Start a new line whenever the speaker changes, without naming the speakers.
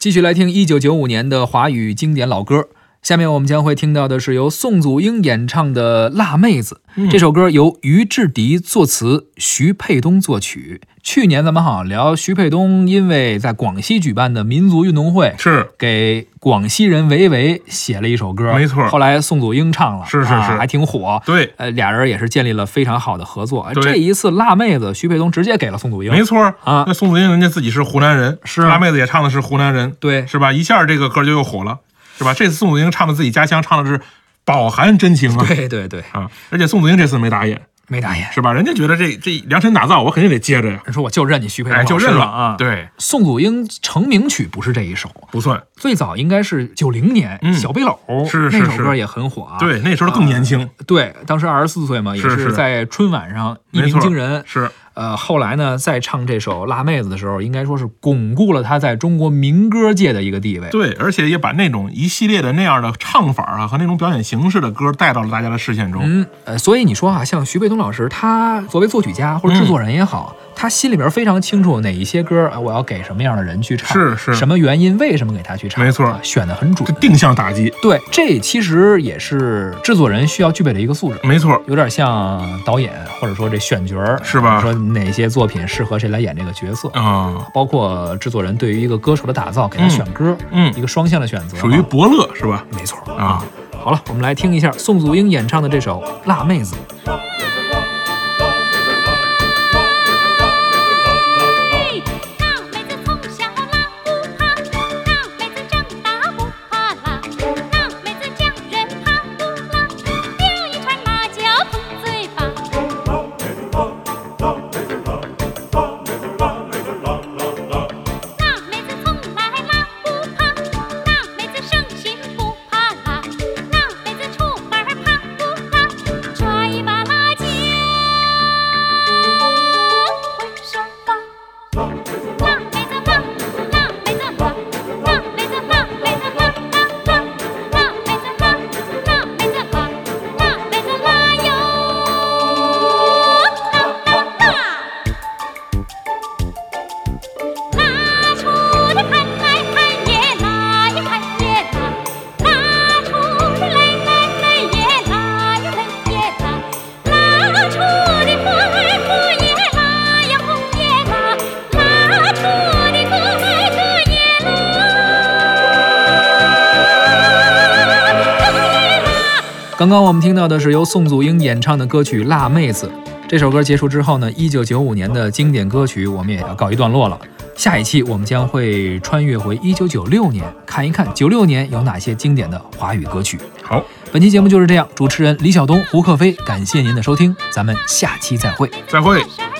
继续来听一九九五年的华语经典老歌。下面我们将会听到的是由宋祖英演唱的《辣妹子》
嗯
这首歌，由于志迪作词，徐沛东作曲。去年咱们好像聊徐沛东，因为在广西举办的民族运动会，
是
给广西人维维写了一首歌，
没错
后来宋祖英唱了，
是是
啊
是
还挺火。
对，
呃，俩人也是建立了非常好的合作。哎
对
这一次辣妹子，徐沛东直接给了宋祖英。
没错儿
啊
那宋祖英人家自己是湖南人，
是
辣妹子也唱的是湖南人，
对，
是吧？一下这个歌就又火了，是吧？这次宋祖英唱的自己家乡，唱的是饱含真情啊
对对对，
啊！而且宋祖英这次没打眼，
没打眼。
是吧？人家觉得这这量身打造，我肯定得接着呀，
人说我就认你徐沛东
哎，
老
就
师
认
了
了
啊。，
对，
宋祖英成名曲不是这一首，
不算，
最早应该是九零年《
嗯
小背篓》，
是是
那首
是
歌也很火啊。
对，那时候更年轻，
对，当时二十四岁嘛，也
是
是
是
在春晚上一
没
鸣
错
惊人。
是
呃，后来呢，在唱这首《辣妹子》的时候，应该说是巩固了他在中国民歌界的一个地位。
对，而且也把那种一系列的那样的唱法啊和那种表演形式的歌带到了大家的视线中，
嗯，呃，所以你说啊，像徐沛东老师，他作为作曲家或者制作人也好，
嗯
他心里边非常清楚哪一些歌啊，我要给什么样的人去唱，
是是
什么原因，为什么给他去唱，
没错
啊选的很准
这。定向打击，
对，这其实也是制作人需要具备的一个素质。
没错，
有点像导演，或者说这选角儿
是吧
说哪些作品适合谁来演这个角色，
啊，
包括制作人对于一个歌手的打造，给他
嗯
选歌，
嗯
一个双向的选择，啊
属于伯乐是吧？
没错儿
啊。
好了，我们来听一下宋祖英演唱的这首《辣妹子》。
辣妹子从小辣不怕，辣妹子长大不怕辣，辣妹子讲人她不辣，叼一串辣椒碰嘴巴。辣妹子从来辣不怕，辣妹子省心不怕辣，辣妹子出门儿怕不怕，抓一把辣椒回手放。辣妹子辣，辣妹子辣，辣妹子辣，辣妹子辣辣辣，辣妹子辣，辣妹子辣，辣妹子辣哟，辣辣辣。拉出的汗来汗也拉呀汗也拉，拉出的泪来泪也拉呀泪也拉。拉出的花儿花也拉呀红也拉，拉出的歌儿歌也拉，歌也拉。
刚刚我们听到的是由宋祖英演唱的歌曲《辣妹子》。这首歌结束之后呢，一九九五年的经典歌曲我们也要告一段落了。下一期我们将会穿越回一九九六年，看一看九六年有哪些经典的华语歌曲。
好，
本期节目就是这样，主持人李晓东、胡克飞，感谢您的收听，咱们下期再会。
再会。
啥